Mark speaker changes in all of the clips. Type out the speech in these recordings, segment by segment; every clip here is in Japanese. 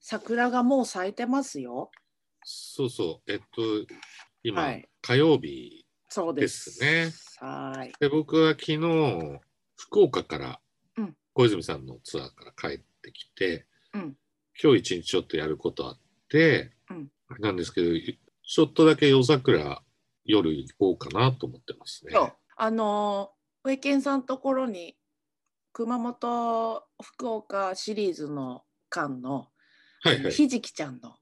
Speaker 1: 桜がもう咲いてますよ。
Speaker 2: そうそう、えっと、今、
Speaker 1: はい
Speaker 2: 火曜日
Speaker 1: そうです。
Speaker 2: です
Speaker 1: ね。はーい。
Speaker 2: で、僕は昨日、福岡から
Speaker 1: うん、
Speaker 2: 小泉さんのツアーから帰ってきて、
Speaker 1: うん
Speaker 2: 今日一日ちょっとやることあって、
Speaker 1: うん
Speaker 2: なんですけど、ちょっとだけ夜桜、夜行こうかなと思ってますね。
Speaker 1: そうあのー植健さんところに熊本福岡シリーズの間の、
Speaker 2: はいはい。
Speaker 1: ひじきちゃんの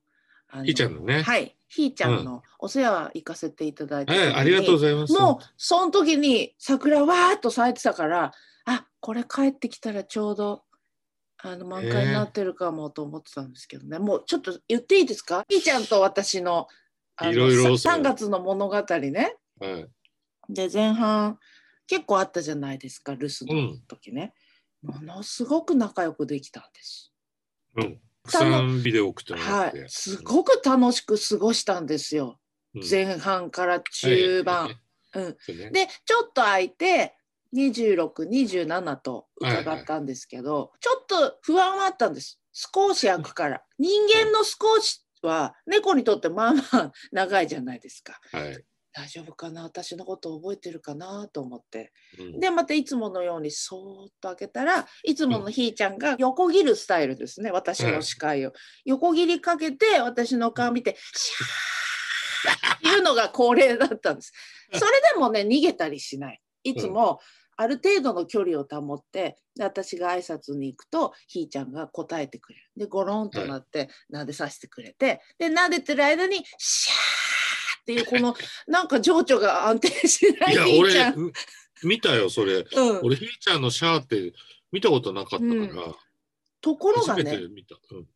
Speaker 1: あの
Speaker 2: ひーちゃんのね。
Speaker 1: はいひーちゃんのお世話行かせていただいた
Speaker 2: は
Speaker 1: 時に、
Speaker 2: い、ありがとうございます。
Speaker 1: もうその時に桜わーっと咲いてたからあこれ帰ってきたらちょうどあの満開になってるかもと思ってたんですけどね、もうちょっと言っていいですかひーちゃんと私のあの
Speaker 2: いろいろそう
Speaker 1: 3月の物語ね
Speaker 2: はい、
Speaker 1: で前半結構あったじゃないですか留守
Speaker 2: う
Speaker 1: の
Speaker 2: ん、
Speaker 1: 時ね、ものすごく仲良くできたんです。
Speaker 2: うん。たくさんビデオ送ってもら
Speaker 1: は
Speaker 2: って。
Speaker 1: い、すごく楽しく過ごしたんですよ、
Speaker 2: うん
Speaker 1: 前半から中盤、
Speaker 2: はい
Speaker 1: うん
Speaker 2: そうね
Speaker 1: でちょっと空いて2627と伺ったんですけど、ちょっと不安はあったんです少し空くから人間の少しは猫にとってまあまあ長いじゃないですか
Speaker 2: はい
Speaker 1: 大丈夫かな私のこと覚えてるかなと思って
Speaker 2: うん
Speaker 1: でまたいつものようにそーっと開けたらいつものひーちゃんが横切るスタイルですね私の視界を、横切りかけて私の顔見て「シャー」っていうのが恒例だったんですそれでもね逃げたりしないいつもある程度の距離を保ってで私が挨拶に行くとひーちゃんが答えてくれるでゴロンとなって撫でさせてくれてで撫でてる間に「シャー」っていうこのなんか情緒が安定しない
Speaker 2: いや、
Speaker 1: ひーちゃ
Speaker 2: 俺
Speaker 1: ん。、
Speaker 2: う見たよ、それ。
Speaker 1: うん
Speaker 2: 俺、ひーちゃんのシャーって見たことなかったから、
Speaker 1: うんところが
Speaker 2: 初め
Speaker 1: ね
Speaker 2: て見た。うん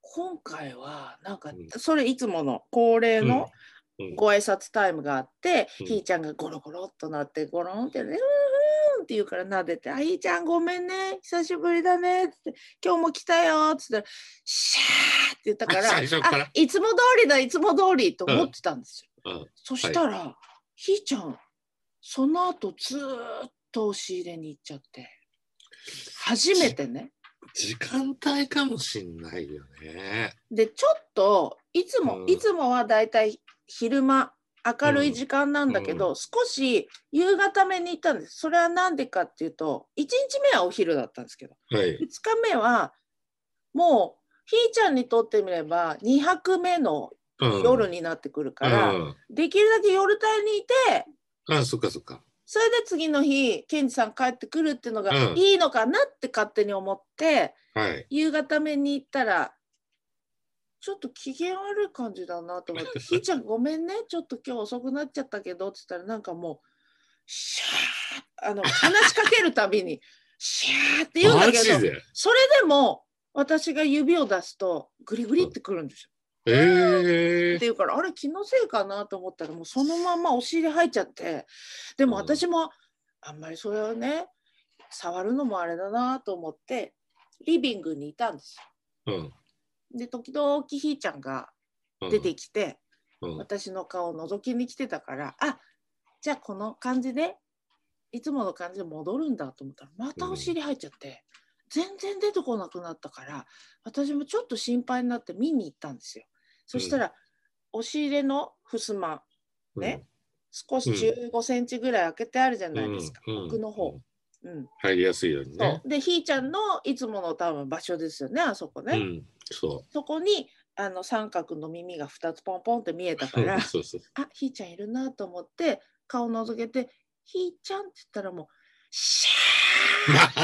Speaker 1: 今回はなんか
Speaker 2: うん
Speaker 1: それいつもの恒例の
Speaker 2: うんうん
Speaker 1: ご挨拶タイムがあって、
Speaker 2: うん
Speaker 1: ひーちゃんがゴロゴロっとなってゴロンってね「うんうん」って言うから撫でて「あひーちゃんごめんね久しぶりだね」っつって「今日も来たよ」っつったら「シャー」って言ったから
Speaker 2: 最初から
Speaker 1: あいつも通りだいつも通り」と思ってたんですよ。
Speaker 2: うんうん
Speaker 1: そしたら、ひーちゃんその後ずーっと押し入れに行っちゃって初めてね
Speaker 2: 時間帯かもしんないよね。
Speaker 1: でちょっといつも、
Speaker 2: うん
Speaker 1: いつもはだいたい昼間明るい時間なんだけど、
Speaker 2: う
Speaker 1: 少し夕方目に行ったんですそれは何でかっていうと1日目はお昼だったんですけど
Speaker 2: は
Speaker 1: 2
Speaker 2: い。
Speaker 1: 日目はもうひーちゃんにとってみれば2泊目の
Speaker 2: うん
Speaker 1: 夜になってくるから、
Speaker 2: うん
Speaker 1: できるだけ夜帯にいて
Speaker 2: あ、そっかそっか。
Speaker 1: それで次の日ケンジさん帰ってくるっていうのが
Speaker 2: うん
Speaker 1: いいのかなって勝手に思って。
Speaker 2: はい。
Speaker 1: 夕方目に行ったらちょっと機嫌悪い感じだなと思 って「ひーちゃんごめんねちょっと今日遅くなっちゃったけど」って言ったらなんかもう「シャー」 あの話しかけるたびに「シャー」って言うんだ
Speaker 2: マ
Speaker 1: け
Speaker 2: ジ
Speaker 1: ど
Speaker 2: で
Speaker 1: それでも私が指を出すとグリグリってくるんですよ。
Speaker 2: え
Speaker 1: っ
Speaker 2: え
Speaker 1: ていうからあれ気のせいかなと思ったらもうそのまんまお尻入っちゃってでも
Speaker 2: うん
Speaker 1: 私もあんまりそれをね触るのもあれだなと思ってリビングにいたんですよ
Speaker 2: うん
Speaker 1: で時々ひーちゃんが
Speaker 2: うん
Speaker 1: 出てきて、
Speaker 2: うん
Speaker 1: 私の顔を覗きに来てたからあじゃあこの感じでいつもの感じで戻るんだと思ったらまたお尻入っちゃって、全然出てこなくなったから私もちょっと心配になって見に行ったんですよ。そしたら、押し入れの襖ね。少し1 5ンチぐらい開けてあるじゃ
Speaker 2: う
Speaker 1: ないですか、奥の方。。うん
Speaker 2: 入りやすいようにね
Speaker 1: そ。うでひーちゃんのいつもの多分場所ですよねあそこね。
Speaker 2: うん。そ
Speaker 1: そこにあの三角の耳が2つポンポンって見えた
Speaker 2: う。
Speaker 1: か ら
Speaker 2: そうそう。
Speaker 1: あひーちゃんいるなと思って顔覗けて「ひーちゃん」って言ったらもう「シャー!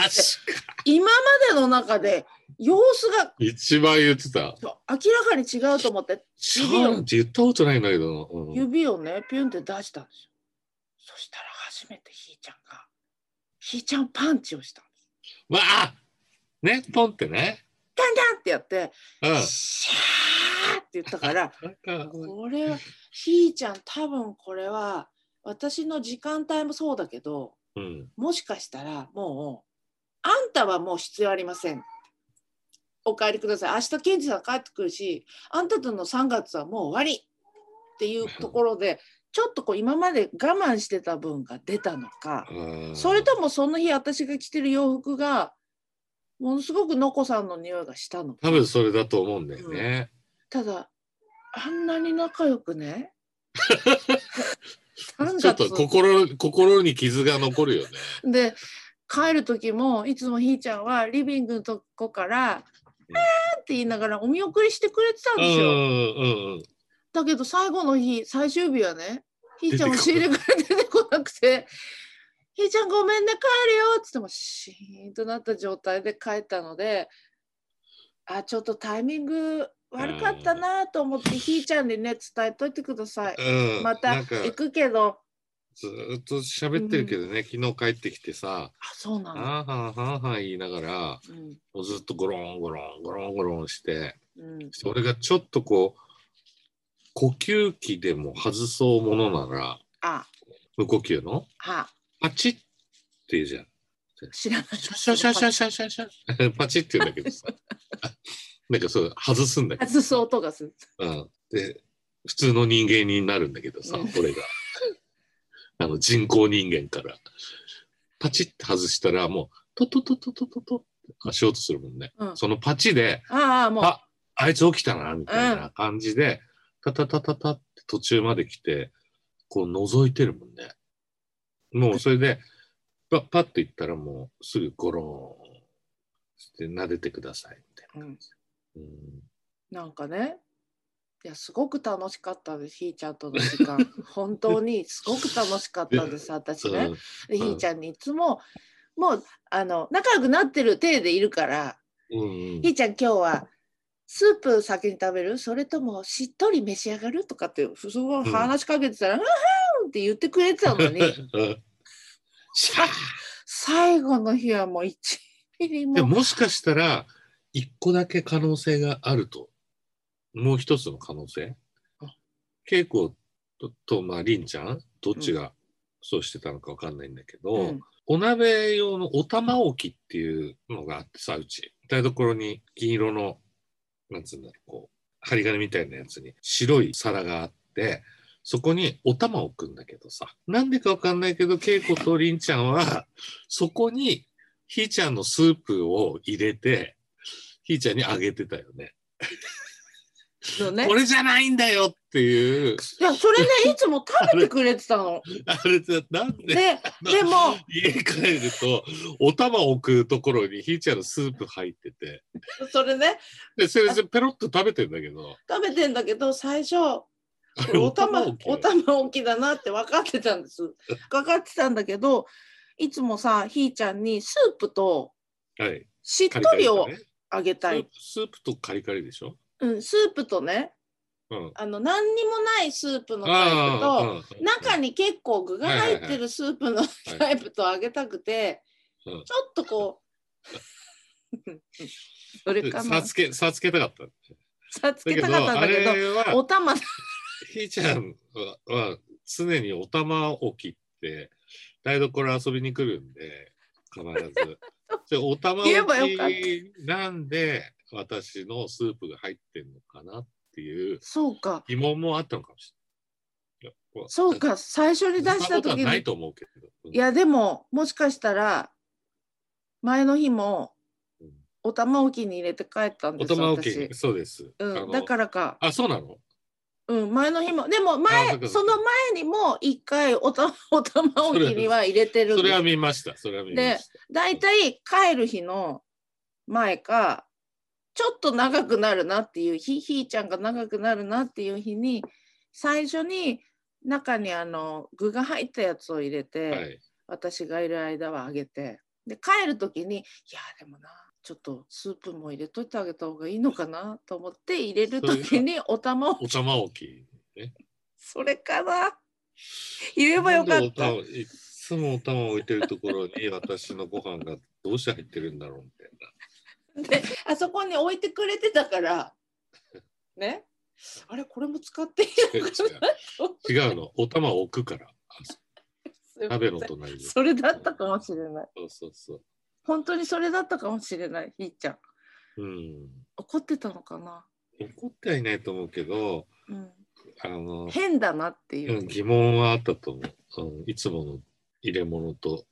Speaker 2: マジか。」
Speaker 1: 今までの中で様子が
Speaker 2: 一番言ってた。
Speaker 1: 明らかに違うと思って
Speaker 2: シャーなんて言ったことないんだけどな。うん
Speaker 1: 指をねピュンって出したんですよ。そしたら初めてひーちゃんがひーちゃんパンチをしたんです。
Speaker 2: まあ、ね、ポンってね。
Speaker 1: ダンダンってやって
Speaker 2: うん
Speaker 1: 「シャー!」って言ったから。
Speaker 2: なんか。
Speaker 1: これはひーちゃん多分これは私の時間帯もそうだけど
Speaker 2: うん。
Speaker 1: もしかしたらもうあんたはもう必要ありませんお帰りください明日ケンジさん帰ってくるしあんたとの3月はもう終わりっていうところでちょっとこう今まで我慢してた分が出たのか
Speaker 2: あー
Speaker 1: それともその日私が着てる洋服がものすごくのこさんの匂いがしたの
Speaker 2: 多分それだと思うんだよね。
Speaker 1: ただあんなに仲良く ね3
Speaker 2: ちょっと
Speaker 1: 月
Speaker 2: 心、心に傷が残るよね。
Speaker 1: で帰る時もいつもひーちゃんはリビングのとこから「え
Speaker 2: うん
Speaker 1: ー!」って言いながらお見送りしてくれてたん
Speaker 2: う
Speaker 1: ですよ。
Speaker 2: んうんうん。
Speaker 1: だけど最後の日最終日はねひーちゃん
Speaker 2: 出
Speaker 1: 押
Speaker 2: て
Speaker 1: し入れ
Speaker 2: こない
Speaker 1: から出てこなくて「ひーちゃんごめんね帰るよ」っつってもシーンとなった状態で帰ったのであちょっとタイミング悪かったなと思ってひーちゃんにね伝えといてください。
Speaker 2: うん、
Speaker 1: また
Speaker 2: なんか
Speaker 1: 行くけど
Speaker 2: ずーっと喋ってるけどね、昨日帰ってきてさ、
Speaker 1: あそうなの。
Speaker 2: あーはーはーはー言いながら、
Speaker 1: うん
Speaker 2: もうずっとゴロンゴロンゴロンゴロンして、
Speaker 1: うん
Speaker 2: それがちょっとこう、呼吸器でも外そうものなら、
Speaker 1: あ
Speaker 2: 無呼吸の、
Speaker 1: あ
Speaker 2: パチッって言うじゃん。
Speaker 1: 知らない。
Speaker 2: シャシャシャシャシャシャシャ。パチッって言うんだけ どさ。なんかそう、外すんだけど。
Speaker 1: 外す音がする。
Speaker 2: うん、で普通の人間になるんだけどさ、
Speaker 1: うん
Speaker 2: 俺が あの人工人間からパチッて外したらもうトトトトトトトって足音するもんね、
Speaker 1: うん
Speaker 2: そのパチで
Speaker 1: ああもう
Speaker 2: ああいつ起きたなみたいな感じで、タタタタタって途中まで来てこう覗いてるもんねもうそれでパパッと行ったらもうすぐゴローンして撫でてくださいみたいな感じ、うん
Speaker 1: なんかねいやすごく楽しかったですひーちゃんとの時 間本当にすごく楽しかったです私ね
Speaker 2: うん、
Speaker 1: でひーちゃんにいつももうあの仲良くなってる体でいるから、
Speaker 2: うん
Speaker 1: ひーちゃん今日はスープ先に食べるそれともしっとり召し上がるとかってすごい話しかけてたら「うん、って言ってくれてた のに
Speaker 2: うんシャー
Speaker 1: 最後の日はもう1ミリ
Speaker 2: でも
Speaker 1: も
Speaker 2: もしかしたら一個だけ可能性があるともう一つの可能性
Speaker 1: あ
Speaker 2: 稽古ととまあ凛ちゃんどっちがそうしてたのかわかんないんだけど、
Speaker 1: うん
Speaker 2: お鍋用のお玉置きっていうのがあってさうち台所に銀色のなんつうんだろうこう針金みたいなやつに白い皿があってそこにお玉を置くんだけどさなんでかわかんないけど稽古と凛ちゃんはそこにひーちゃんのスープを入れてひーちゃんにあげてたよね。
Speaker 1: のね
Speaker 2: これじゃないんだよっていう
Speaker 1: いやそれねいつも食べてくれてたの。
Speaker 2: あれじゃなんで
Speaker 1: ででも
Speaker 2: 家帰るとお玉置くところにひーちゃんのスープ入ってて
Speaker 1: それね
Speaker 2: でそれでペロッと食べてんだけど
Speaker 1: 食べてんだけど最初
Speaker 2: あれ
Speaker 1: お玉
Speaker 2: 置き
Speaker 1: お玉置きだなって分かってたんです分かってたんだけどいつもさひーちゃんにスープと
Speaker 2: はい
Speaker 1: しっ
Speaker 2: カ
Speaker 1: と
Speaker 2: リカリ
Speaker 1: り
Speaker 2: だ
Speaker 1: を
Speaker 2: ね
Speaker 1: あげたい、
Speaker 2: スープスープとカリカリでしょ
Speaker 1: うん、スープとね
Speaker 2: うん
Speaker 1: あの何にもないスープのタイプと
Speaker 2: あー
Speaker 1: 中に結構具が入っ
Speaker 2: はいは
Speaker 1: て
Speaker 2: い
Speaker 1: るスープの
Speaker 2: い
Speaker 1: タイプとあげたくて、
Speaker 2: うん
Speaker 1: ちょっとこ うそれかな
Speaker 2: さつけさつけたかっただ
Speaker 1: さつ
Speaker 2: け
Speaker 1: け
Speaker 2: ど
Speaker 1: たかったんだけ
Speaker 2: あ
Speaker 1: ど
Speaker 2: れ
Speaker 1: お
Speaker 2: は
Speaker 1: 玉
Speaker 2: ひーちゃんはは常にお玉置きって台所遊びに来るんで必 ずでお玉置
Speaker 1: 言えばよかっ
Speaker 2: きなんで私のスープが入ってんのかなっていう
Speaker 1: そうか
Speaker 2: 疑問もあったのかもしれないいや。
Speaker 1: そうか最初に
Speaker 2: 出
Speaker 1: 出した時
Speaker 2: な
Speaker 1: に
Speaker 2: いと思うけど。
Speaker 1: いやでももしかしたら前の日も
Speaker 2: うん、
Speaker 1: お玉置きに入れて帰ったん
Speaker 2: お
Speaker 1: です
Speaker 2: 玉
Speaker 1: よ
Speaker 2: 置
Speaker 1: 私
Speaker 2: き、、そうです。あ
Speaker 1: う
Speaker 2: の
Speaker 1: ん、だからか、
Speaker 2: あ、そうなの
Speaker 1: うん、前の日もでも
Speaker 2: あ
Speaker 1: 前
Speaker 2: そっかそ
Speaker 1: そ
Speaker 2: っか
Speaker 1: の前にも一回おた お玉置きには入れてるん
Speaker 2: それは
Speaker 1: です
Speaker 2: 見ました。それは見ました。
Speaker 1: だいたい帰る日の前かちょっと長くなるなっていうひひーちゃんが長くなるなっていう日に最初に中にあの具が入ったやつを入れて、
Speaker 2: はい。
Speaker 1: 私がいる間はあげてで帰る時にいやでもなちょっとスープも入れといてあげた方がいいのかなと思って入れる時にお玉を
Speaker 2: お玉置き。
Speaker 1: それかな言えばよか
Speaker 2: なん
Speaker 1: っ
Speaker 2: でお
Speaker 1: た
Speaker 2: 玉いつもお玉置いてるところ に私のご飯がどうして入ってるんだろうみたいな。
Speaker 1: であそこに置いてくれてたからねあれこれも使っていい のか
Speaker 2: 違う違うの。お玉置くから。
Speaker 1: な
Speaker 2: 食べの隣に。
Speaker 1: それだったかもしれない
Speaker 2: そうそうそ
Speaker 1: 本当にそれだったかもしれないひーちゃん
Speaker 2: う。うん。
Speaker 1: 怒ってたのかな、
Speaker 2: 怒ってはいないと思うけど、
Speaker 1: うん、
Speaker 2: あの、
Speaker 1: 変だなっていう、
Speaker 2: うん、疑問はあったと思う、うん。いつもの入れ物と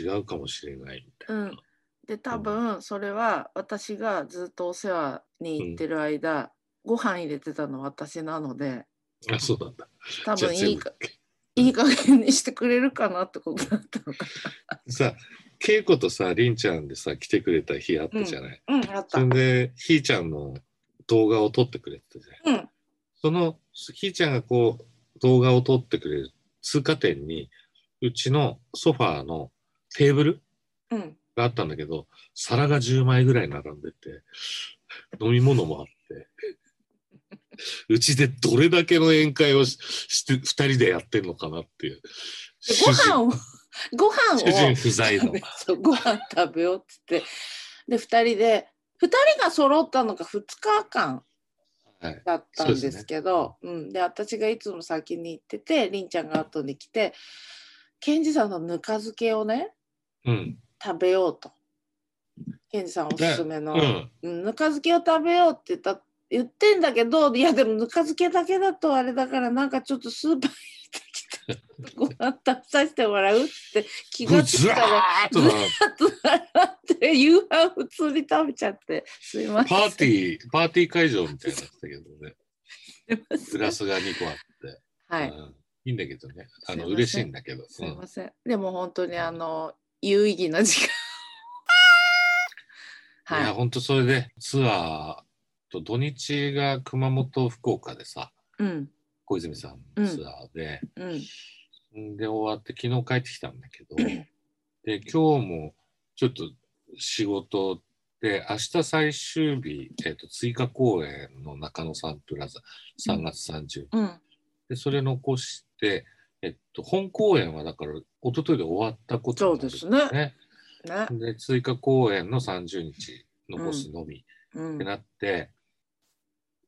Speaker 2: 違うかもしれないみたいな。
Speaker 1: うん、で多分それは私がずっとお世話に行ってる間、ご飯入れてたの私なので
Speaker 2: あ、そうなんだ。
Speaker 1: 多分
Speaker 2: じゃあ
Speaker 1: いいかいい加減にしてくれるかなってことだったのか。
Speaker 2: さ、恵子とさ、りんちゃんでさ、来てくれた日あったじゃない。
Speaker 1: うんあった。
Speaker 2: そ
Speaker 1: う
Speaker 2: れ
Speaker 1: ん
Speaker 2: で、ひーちゃんの動画を撮ってくれてたじゃない。その、ひーちゃんがこう、動画を撮ってくれる通過点に、うちのソファーのテーブル
Speaker 1: うん
Speaker 2: があったんだけど、皿が10枚ぐらい並んでて、飲み物もあって、うちでどれだけの宴会をしして、二人でやってんのかなっていう。
Speaker 1: でご飯 をご飯
Speaker 2: 主人
Speaker 1: を
Speaker 2: 不在の。
Speaker 1: そうご飯食べようっつってで2人で2人が揃ったのが2日間
Speaker 2: はい。
Speaker 1: だったんですけどう、ん、で私がいつも先に行っててりんちゃんが後に来てケンジさんのぬか漬けをね
Speaker 2: うん。
Speaker 1: 食べようとケンジさんおすすめの、
Speaker 2: うん。
Speaker 1: うんぬか漬けを食べようって言った言ってんだけどいやでもぬか漬けだけだとあれだからなんかちょっとスーパー行ってきたご飯食べさせてもらうって気がつい
Speaker 2: ず
Speaker 1: た
Speaker 2: ら
Speaker 1: ら。
Speaker 2: ーっと な
Speaker 1: ちょっと習って夕飯普通に食べちゃってすいません
Speaker 2: パーティー、パーティー会場みたいになってたけどね、
Speaker 1: す
Speaker 2: グ
Speaker 1: いま
Speaker 2: ラ
Speaker 1: せん
Speaker 2: スが2個あって、
Speaker 1: はい
Speaker 2: うんいいんだけどね、
Speaker 1: すい
Speaker 2: あの
Speaker 1: ません
Speaker 2: 嬉しいんだけど、
Speaker 1: すいませんでも本当にあの有意義な時間
Speaker 2: うんい
Speaker 1: は
Speaker 2: や、
Speaker 1: い
Speaker 2: 本当それでツアーと土日が熊本、福岡でさ、
Speaker 1: うん
Speaker 2: 小泉さんのツアーで、
Speaker 1: うん
Speaker 2: で終わって昨日帰ってきたんだけど、で今日もちょっと仕事で明日最終日、えっと追加公演の中野サンプラザ3月30日、
Speaker 1: うん
Speaker 2: でそれ残して、えっと、本公演はだから一昨日で終わったこと
Speaker 1: そう
Speaker 2: になる
Speaker 1: ですね
Speaker 2: ね
Speaker 1: ね
Speaker 2: で追加公演の30日残すのみ
Speaker 1: う
Speaker 2: っ
Speaker 1: ん
Speaker 2: てなって、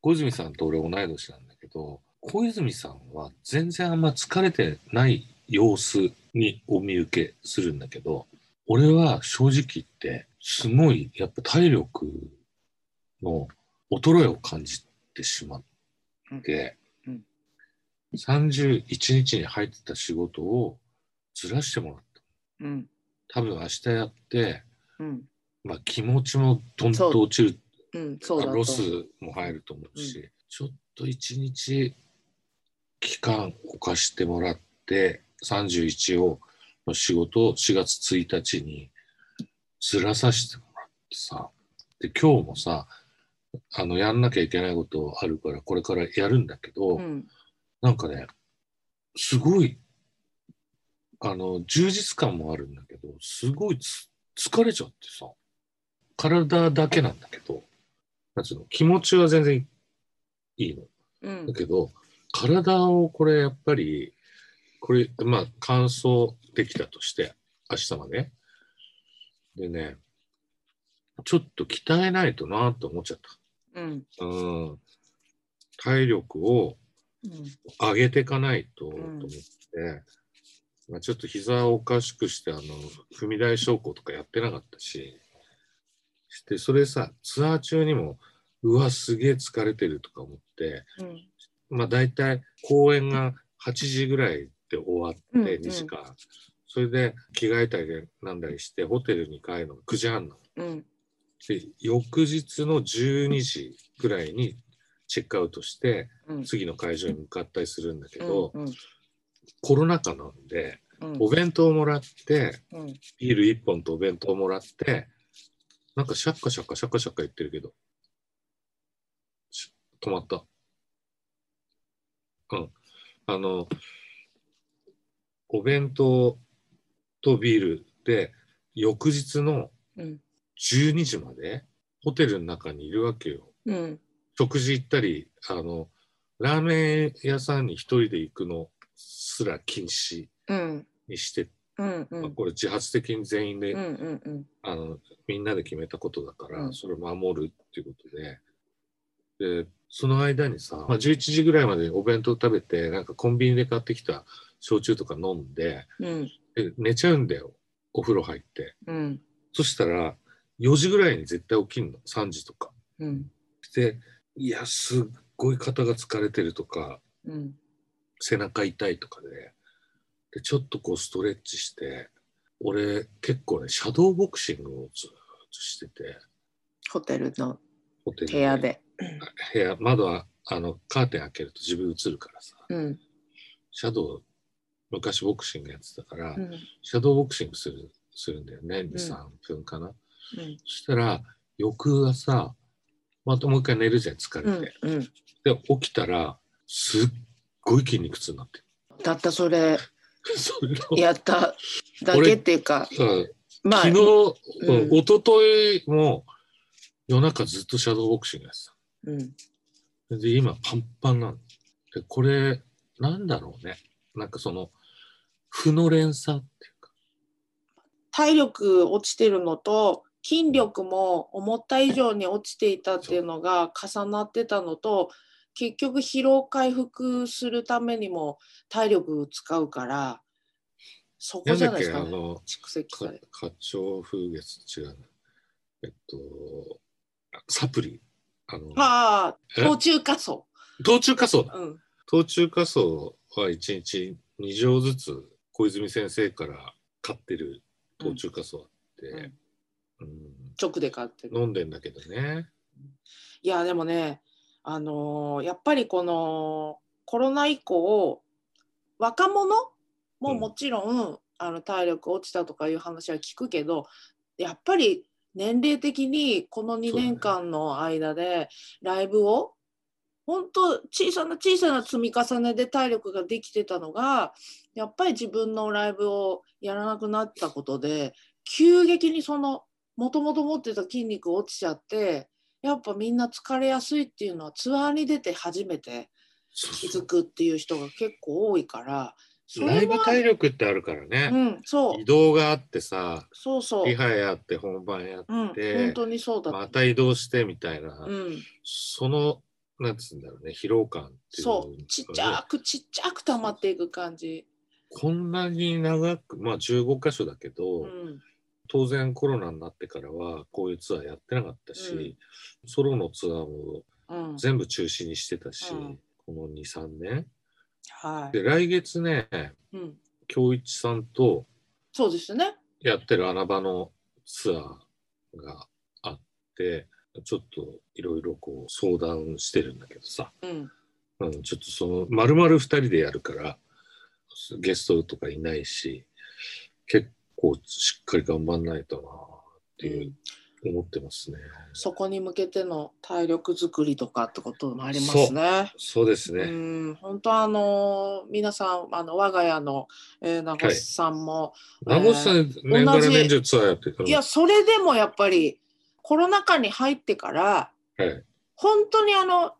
Speaker 2: 小泉さんと俺同い年なんだけど小泉さんは全然あんま疲れてない様子にお見受けするんだけど俺は正直言ってすごいやっぱ体力の衰えを感じてしまって、
Speaker 1: うん
Speaker 2: 31日に入ってた仕事をずらしてもらった
Speaker 1: うん
Speaker 2: 多分明日やって、
Speaker 1: うん
Speaker 2: まあ、気持ちもどんと落ちる
Speaker 1: うんそうだと
Speaker 2: ロスも入ると思うし、ちょっと一日期間を貸してもらって31をの仕事を4月1日にずらさせてもらってさで今日もさあのやんなきゃいけないことあるからこれからやるんだけど、
Speaker 1: うん
Speaker 2: なんかねすごいあの充実感もあるんだけどすごいつ疲れちゃってさ体だけなんだけどなんつうの気持ちは全然いいの
Speaker 1: うん
Speaker 2: だけど体をこれやっぱりこれまあ乾燥できたとして明日まででねちょっと鍛えないとなと思っちゃっ
Speaker 1: うん
Speaker 2: たうん体力を
Speaker 1: うん
Speaker 2: 上げていかないとと
Speaker 1: ん
Speaker 2: 思って、まあ、ちょっと膝をおかしくしてあの踏み台昇降とかやってなかったししてそれさツアー中にもうわすげえ疲れてるとか思って
Speaker 1: うん
Speaker 2: まあ大体公演が8時ぐらいで終わ
Speaker 1: うん
Speaker 2: って2時間、それで着替えたりなんだりしてホテルに帰るのが9時半なの。
Speaker 1: うん
Speaker 2: で翌日の12時ぐらいにチェックアウトして
Speaker 1: うん
Speaker 2: 次の会場に向かったりするんだけ
Speaker 1: う
Speaker 2: ど、
Speaker 1: ん
Speaker 2: コロナ禍なんで、
Speaker 1: うん
Speaker 2: お弁当をもらって、
Speaker 1: うん
Speaker 2: ビール1本とお弁当をもらって、なんかシャッカシャッカシャッカシャッカ言ってるけど、し止まった。うん。あの、お弁当とビールで、翌日の
Speaker 1: うん
Speaker 2: 12時までホテルの中にいるわけよ。
Speaker 1: うん
Speaker 2: 食事行ったり、あの、ラーメン屋さんに一人で行くのすら禁止
Speaker 1: うん
Speaker 2: にして、
Speaker 1: うんう
Speaker 2: まあ、
Speaker 1: ん
Speaker 2: これ自発的に全員で、
Speaker 1: うんうんうん
Speaker 2: あのみんなで決めたことだから、
Speaker 1: うん
Speaker 2: それを守るっていうことででその間にさ、まあ、11時ぐらいまでお弁当食べてなんかコンビニで買ってきた焼酎とか飲んで
Speaker 1: うん
Speaker 2: で寝ちゃうんだよお風呂入って
Speaker 1: うん
Speaker 2: そしたら4時ぐらいに絶対起きるの3時とか
Speaker 1: うん
Speaker 2: でいやすっごい肩が疲れてるとか
Speaker 1: うん
Speaker 2: 背中痛いとかででちょっとこうストレッチして俺結構ねシャドーボクシングをずっしてて、
Speaker 1: ホテルの
Speaker 2: ホテル
Speaker 1: 部屋。で。
Speaker 2: 部屋、窓は、あの、カーテン開けると自分映るからさ、
Speaker 1: うん。
Speaker 2: シャドウ、昔ボクシングやってたから、
Speaker 1: うん。
Speaker 2: シャドウボクシングする、するんだよね。2、3分かな。
Speaker 1: うん。
Speaker 2: そしたら、翌朝、またもう一回寝るじゃん、疲
Speaker 1: う
Speaker 2: れ
Speaker 1: ん
Speaker 2: て。。
Speaker 1: うん。
Speaker 2: で、起きたら、すっごい筋肉痛になってる。
Speaker 1: たったそれ、
Speaker 2: それを
Speaker 1: やっただけっていうか、
Speaker 2: さ
Speaker 1: まあ
Speaker 2: 昨、日、
Speaker 1: うん
Speaker 2: おとといも夜中ずっとシャドーボクシングやって
Speaker 1: うん。
Speaker 2: た。で、今パンパンなの。で、これ、なんだろうね。なんかその、負の連鎖っていうか。
Speaker 1: 体力落ちてるのと、筋力も思った以上に落ちていたっていうのが重なってたのと、結局疲労回復するためにも体力使うから、そこ
Speaker 2: なん
Speaker 1: じ
Speaker 2: だ
Speaker 1: ゃ
Speaker 2: っ
Speaker 1: ないで
Speaker 2: け、
Speaker 1: すか
Speaker 2: あ
Speaker 1: ね。
Speaker 2: の、
Speaker 1: 蓄積さ
Speaker 2: か
Speaker 1: れる。
Speaker 2: 花鳥風月違うな。えっと、サプリ。あの、
Speaker 1: ああ、
Speaker 2: え
Speaker 1: 途中過疎。
Speaker 2: 冬中仮想だ。
Speaker 1: うん。
Speaker 2: 冬中仮想は1日2錠ずつ小泉先生から買ってる冬中仮想あって、うん、
Speaker 1: 直で買ってる。
Speaker 2: 飲んでんだけどね。
Speaker 1: いやでもね、あのーやっぱりこのコロナ以降若者も
Speaker 2: うん
Speaker 1: もちろん、あの体力落ちたとかいう話は聞くけどやっぱり年齢的にこの2
Speaker 2: そうだね
Speaker 1: 年間の間でライブを本当小さな小さな積み重ねで体力ができてたのがやっぱり自分のライブをやらなくなったことで急激にそのもともと持ってた筋肉落ちちゃってやっぱみんな疲れやすいっていうのはツアーに出て初めて気づくっていう人が結構多いからそれは
Speaker 2: ライブ体力ってあるから
Speaker 1: う
Speaker 2: ね。
Speaker 1: ん、そう
Speaker 2: 移動があってさ、
Speaker 1: そうそう、
Speaker 2: リハやって本番やって、
Speaker 1: うん、本当にそうだ
Speaker 2: また移動してみたいな、
Speaker 1: うん、
Speaker 2: その、なんつうんだろうね、疲労感っていうの
Speaker 1: そ
Speaker 2: を
Speaker 1: うちっちゃくちっちゃく溜まっていく感じ、
Speaker 2: こんなに長く、まあ15箇所だけど、
Speaker 1: うん、
Speaker 2: 当然コロナになってからはこういうツアーやってなかったし、ソロのツアーも
Speaker 1: うん、
Speaker 2: 全部中止にしてたし、
Speaker 1: うん
Speaker 2: この2、3年。
Speaker 1: は
Speaker 2: で、来月ね、
Speaker 1: い、うん、
Speaker 2: 京一さんと、
Speaker 1: そうですね、
Speaker 2: やってる穴場のツアーがあって、ちょっといろいろこう相談してるんだけどさ、
Speaker 1: うん、
Speaker 2: うん、ちょっとその、まるまる2人でやるから、ゲストとかいないし、結構しっかり頑張んないとなっていう、思ってますね。
Speaker 1: そこに向けての体力作りとかってこともありますね。
Speaker 2: そうです
Speaker 1: う
Speaker 2: ね。
Speaker 1: ん本当あの皆さんあの我が家の、えー、名越さんも、
Speaker 2: 名越さん、年がら年中ツアーやってるか
Speaker 1: い
Speaker 2: ら
Speaker 1: や、それでもやっぱりコロナ禍に入ってから
Speaker 2: はい、
Speaker 1: 本当にあの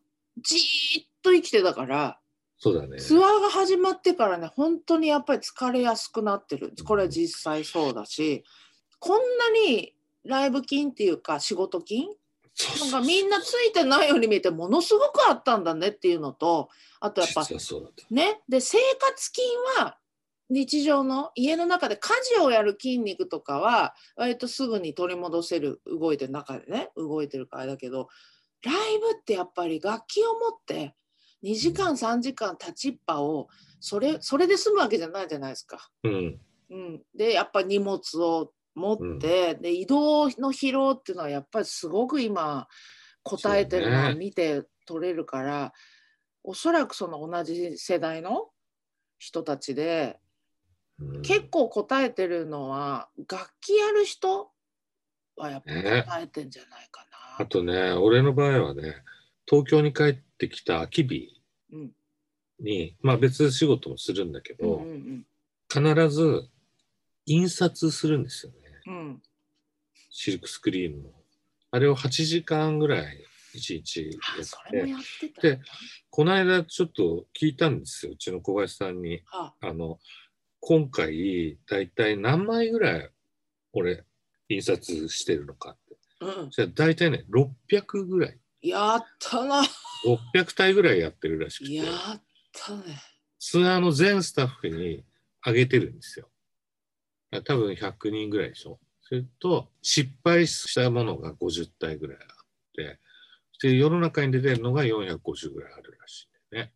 Speaker 1: じーっと生きてたから
Speaker 2: そうだね。
Speaker 1: ツアーが始まってからね本当にやっぱり疲れやすくなってるこれは実際そうだしこんなにライブ金っていうか仕事金
Speaker 2: そ
Speaker 1: な
Speaker 2: うそ
Speaker 1: ん
Speaker 2: う
Speaker 1: かみんなついてないように見えてものすごくあったんだねっていうのとあとやっぱ
Speaker 2: 実はそうだった。
Speaker 1: ねで生活筋は日常の家の中で家事をやる筋肉とかは割とすぐに取り戻せる動いてる中でね動いてるからだけどライブってやっぱり楽器を持って2時間3時間立ちっぱをそれそれで済むわけじゃないじゃないですか。
Speaker 2: うん。
Speaker 1: うん、でやっぱ荷物を持って、で移動の疲労っていうのはやっぱりすごく今答えてるの
Speaker 2: そう
Speaker 1: を
Speaker 2: ね
Speaker 1: 見て取れるから、おそらくその同じ世代の人たちで
Speaker 2: うん
Speaker 1: 結構答えてるのは楽器やる人はやっ
Speaker 2: ね
Speaker 1: ぱ答えてんじゃないか
Speaker 2: あ
Speaker 1: な。
Speaker 2: とね、俺の場合はね、東京に帰ってきた秋日
Speaker 1: うん
Speaker 2: に、まあ別仕事もするんだけ
Speaker 1: う
Speaker 2: ど、
Speaker 1: んうん
Speaker 2: 必ず印刷するんですよね。
Speaker 1: うんうん
Speaker 2: シルクスクリーンの。あれを8時間ぐらい、1日や
Speaker 1: あそれも
Speaker 2: って。
Speaker 1: やってたんだ
Speaker 2: でこの間ちょっと聞いたんですよ、うちの小林さんに。
Speaker 1: あ
Speaker 2: あの、今回、だいたい何枚ぐらい、俺、印刷してるのかって。
Speaker 1: うん、
Speaker 2: じゃあ大体ね、600ぐらい。
Speaker 1: やったな
Speaker 2: 600体ぐらいやってるらしくて。
Speaker 1: やったね。
Speaker 2: ツアーの全スタッフにあげてるんですよ。だから多分100人ぐらいでしょ。それと、失敗したものが50体ぐらいあって、で世の中に出てるのが450ぐらいあるらしいんだよね。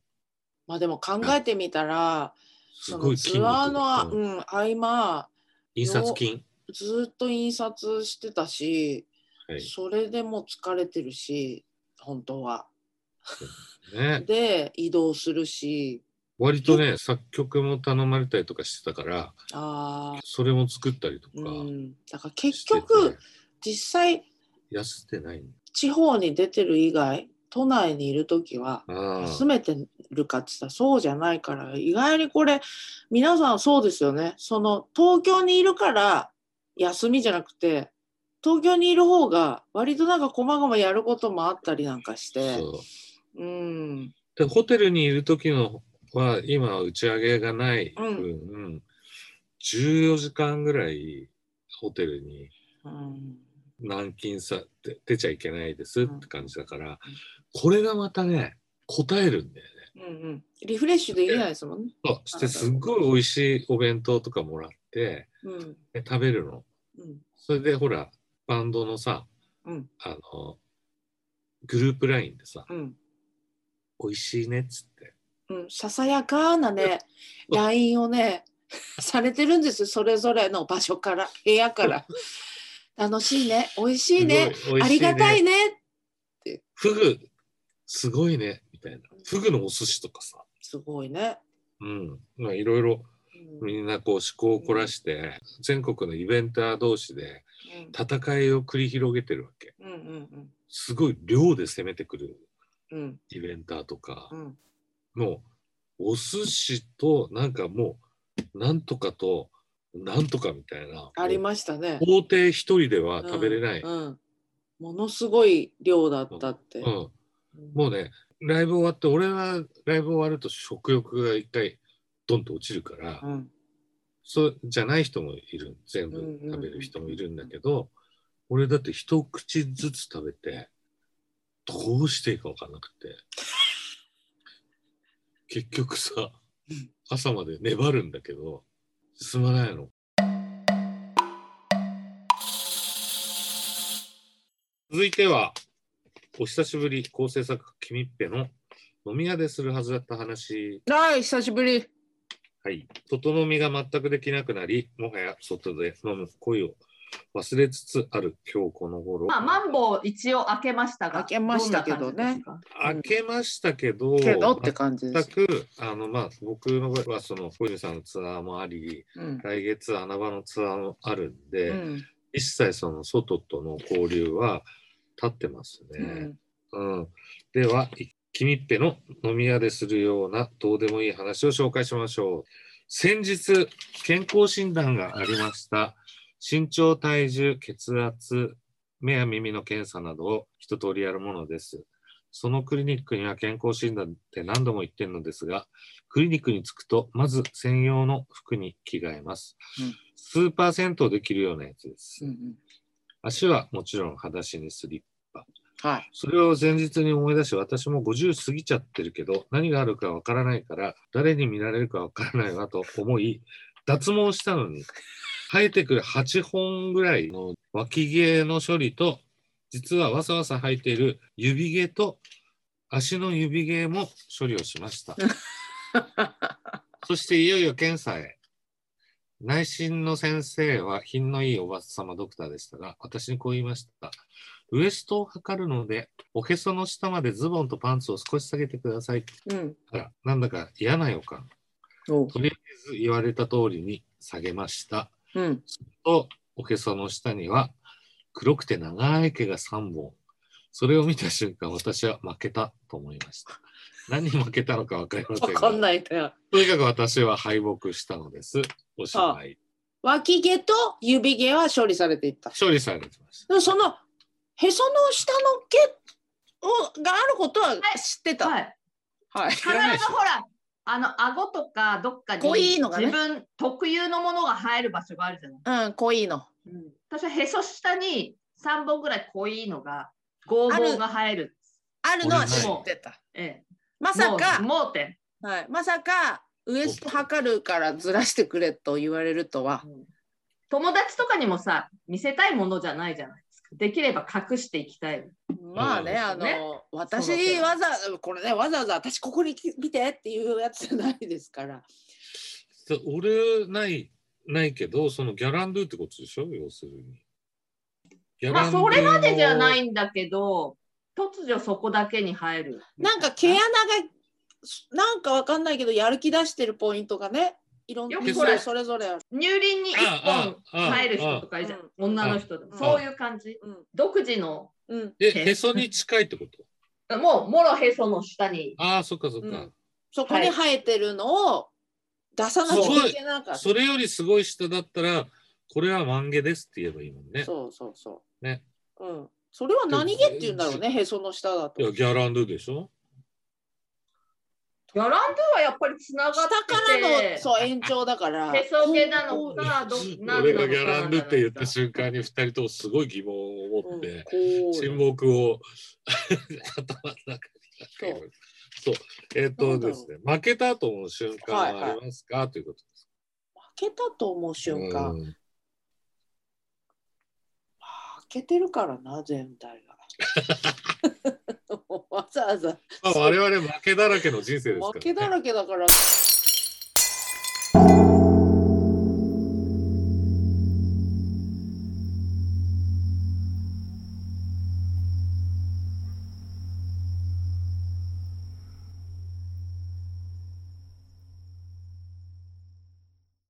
Speaker 1: まあでも考えてみたら、
Speaker 2: す
Speaker 1: そ
Speaker 2: ご
Speaker 1: の
Speaker 2: い
Speaker 1: ツ
Speaker 2: 筋肉
Speaker 1: アーの、
Speaker 2: うん
Speaker 1: うん、合間
Speaker 2: 印刷金。
Speaker 1: ずっと印刷してたし、
Speaker 2: はい
Speaker 1: それでもう疲れてるし本当は。
Speaker 2: ね、
Speaker 1: で移動するし
Speaker 2: 割とね作曲も頼まれたりとかしてたから
Speaker 1: あー
Speaker 2: それも作ったりとか
Speaker 1: うん、だから
Speaker 2: し
Speaker 1: 結
Speaker 2: てて
Speaker 1: 局実際
Speaker 2: 休んでないの
Speaker 1: 地方に出てる以外都内にいる時は
Speaker 2: あ
Speaker 1: 休めてるかって言ったらそうじゃないから意外にこれ皆さんそうですよねその東京にいるから休みじゃなくて東京にいる方が割となんか細々やることもあったりなんかして
Speaker 2: あそう
Speaker 1: うん
Speaker 2: でホテルにいる時のは今は打ち上げがない分、14時間ぐらいホテルに
Speaker 1: うん
Speaker 2: 軟禁さで出ちゃいけないですって感じだから、これがまたね答えるんだよね。
Speaker 1: うんうんリフレッシュできないですもんね。
Speaker 2: そうしてすっごい美味しいお弁当とかもらって
Speaker 1: うん
Speaker 2: で食べるの。
Speaker 1: うん
Speaker 2: それでほらバンドのさ
Speaker 1: うん
Speaker 2: あのグループラインでさ
Speaker 1: うん
Speaker 2: 「美味しいね」っつって
Speaker 1: うん、ささやかなね、
Speaker 2: うん
Speaker 1: LINE をね、されてるんですよ、それぞれの場所から、部屋から。楽しいね、美味
Speaker 2: 「
Speaker 1: しいね、
Speaker 2: すごい美
Speaker 1: あ
Speaker 2: 味
Speaker 1: り
Speaker 2: しいね
Speaker 1: がたいね。
Speaker 2: フグすごいね」みたいなフグのお寿司とかさ
Speaker 1: すごいね。
Speaker 2: うんまあいろいろ
Speaker 1: うん
Speaker 2: みんなこう思考を凝らして全国のイベンター同士で戦いを繰り広げてるわけ
Speaker 1: うんうん
Speaker 2: すごい量で攻めてくる
Speaker 1: うんうん
Speaker 2: イベンターとか
Speaker 1: うん
Speaker 2: もうお寿司となんかもうなんとかとなんとかみたいな
Speaker 1: ありましたね。
Speaker 2: 法廷一人では食べれない、
Speaker 1: うんうんものすごい量だったって。
Speaker 2: うんもうねライブ終わって俺はライブ終わると食欲が一回ドンと落ちるから、
Speaker 1: うん
Speaker 2: そうじゃない人もいる全部
Speaker 1: うんうんうん
Speaker 2: 食べる人もいるんだけど、俺だって一口ずつ食べてどうしていいか分かんなく て結局さ
Speaker 1: うん
Speaker 2: 朝まで粘るんだけど進まないの。続いてはお久しぶり構成作家君っぺの飲み屋でするはずだった話
Speaker 1: はい、久しぶり。
Speaker 2: はい。外飲みが全くできなくなり、もはや外で飲む恋を忘れつつある今日この頃。
Speaker 3: まあ、マンボウ一応開けましたが。
Speaker 1: 開けましたけどね
Speaker 3: んな感じですか。
Speaker 2: 開けましたけど、
Speaker 1: けどって感じで
Speaker 2: 全
Speaker 1: す。
Speaker 2: く、あの、まあ、僕の場合は、その、小泉さんのツアーもあり、
Speaker 1: うん
Speaker 2: 来月穴場のツアーもあるんで、
Speaker 1: うん
Speaker 2: 一切その外との交流は立ってます
Speaker 1: う
Speaker 2: ね。
Speaker 1: ん
Speaker 2: うん。では、い君っぺの飲み屋でするようなどうでもいい話を紹介しましょう。先日、健康診断がありました。身長、体重、血圧、目や耳の検査などを一通りやるものです。そのクリニックには健康診断って何度も言ってるのですが、クリニックに着くと、まず専用の服に着替えます。
Speaker 1: うん
Speaker 2: スーパー銭湯で着るようなやつです。
Speaker 1: うんうん
Speaker 2: 足はもちろん裸足にスリッパ
Speaker 1: はい。
Speaker 2: それを前日に思い出し、私も50過ぎちゃってるけど、何があるかわからないから、誰に見られるかわからないわと思い、脱毛したのに、生えてくる8本ぐらいの脇毛の処理と、実はわさわさ生えている指毛と、足の指毛も処理をしました。そしていよいよ検査へ。内診の先生は品のいいおばさまドクターでしたが、私にこう言いました。ウエストを測るので、おへその下までズボンとパンツを少し下げてください。
Speaker 1: うん
Speaker 2: あら、なんだか嫌な予感。
Speaker 1: おう
Speaker 2: とりあえず言われた通りに下げました。
Speaker 1: うん
Speaker 2: と、おへその下には黒くて長い毛が3本。それを見た瞬間、私は負けたと思いました。何に負けたのか分かりません
Speaker 1: わか
Speaker 2: が
Speaker 1: ん、ないね。
Speaker 2: とにかく私は敗北したのです。おしまい。
Speaker 1: 脇毛と指毛は処理されていった。
Speaker 2: 勝利されてました。
Speaker 1: でもそのへその下の毛をがあることは知ってた。
Speaker 3: は
Speaker 1: はい。
Speaker 3: い。
Speaker 1: はい。
Speaker 3: 必ず
Speaker 2: らないでしょ
Speaker 3: ほら、あの、顎とかどっかに
Speaker 1: こういうのがね
Speaker 3: 自分特有のものが入る場所があるじゃない。
Speaker 1: うん、濃いの。
Speaker 3: 私はへそ下に3本ぐらい濃いのが、剛毛が入る。
Speaker 1: あるのは知ってた。
Speaker 3: ええ、
Speaker 1: まさか、
Speaker 3: もう盲点。
Speaker 1: はい、まさかウエスト測るからずらしてくれと言われるとは。
Speaker 3: 友達とかにもさ、見せたいものじゃないじゃないですか。できれば隠していきたい。
Speaker 1: まあね、
Speaker 2: うん
Speaker 1: あの、
Speaker 3: ね
Speaker 1: 私
Speaker 3: そうだけど
Speaker 1: わざこれねわざわざ私ここに来見てっていうやつじゃないですから。
Speaker 2: そう俺ないないけど、そのギャランドゥってことでしょ要するに。ギャ
Speaker 3: ま
Speaker 2: ラ
Speaker 3: あ
Speaker 2: ンドゥ
Speaker 3: それまでじゃな
Speaker 2: の。
Speaker 3: いんだけど突如そこだけに入る
Speaker 1: なんか毛穴がなんかわかんないけどやる気出してるポイントがねいろんな
Speaker 3: よ
Speaker 2: く
Speaker 1: 人
Speaker 2: それ
Speaker 1: それぞれある。
Speaker 3: 乳輪に1本
Speaker 2: ああああ
Speaker 3: 入る人とかいるじゃん
Speaker 1: ああ
Speaker 3: 女の人でも
Speaker 1: ああ
Speaker 3: そういう感じ
Speaker 1: うん
Speaker 3: 独自の
Speaker 1: うん、
Speaker 2: え、へそに近いってこと
Speaker 3: もうもろへその下に
Speaker 2: ああ、そっかそっ
Speaker 1: う
Speaker 2: か
Speaker 1: ん。そこに生えてるのを出さなきゃいけなかった。
Speaker 2: それよりすごい人だったら、これはマンゲですって言えばいいもんね。
Speaker 1: そうそうそう。
Speaker 2: ね。
Speaker 1: うん。それは何毛って言うんだろうね、へその下だ
Speaker 2: い
Speaker 1: と。
Speaker 2: や、ギャランドゥでしょ
Speaker 3: ギャランドゥはやっぱりつながっ
Speaker 1: 下から
Speaker 3: て
Speaker 1: の
Speaker 3: て
Speaker 1: そう延長だから。
Speaker 3: へそ毛なの
Speaker 1: こ
Speaker 3: かどなん
Speaker 2: 俺
Speaker 3: なのか
Speaker 2: がギャランドゥって言った
Speaker 3: し
Speaker 2: 瞬間に二人ともすごい疑問を
Speaker 1: うう
Speaker 2: 持
Speaker 1: ん
Speaker 2: っ
Speaker 1: こ
Speaker 2: て、
Speaker 1: う
Speaker 2: 沈黙を 頭の中に
Speaker 1: そ
Speaker 2: そう。えっ、
Speaker 1: な
Speaker 2: と
Speaker 1: んだろ
Speaker 2: で
Speaker 1: う
Speaker 2: すね、負けたと思う瞬間はありますか、ということです。
Speaker 1: 負けたと思う瞬間。
Speaker 2: うん
Speaker 1: 負けてるからな、全体 が。わざわざ
Speaker 2: まあ、我々負けだらけの人生ですから、ね。
Speaker 1: 負けだらけだから。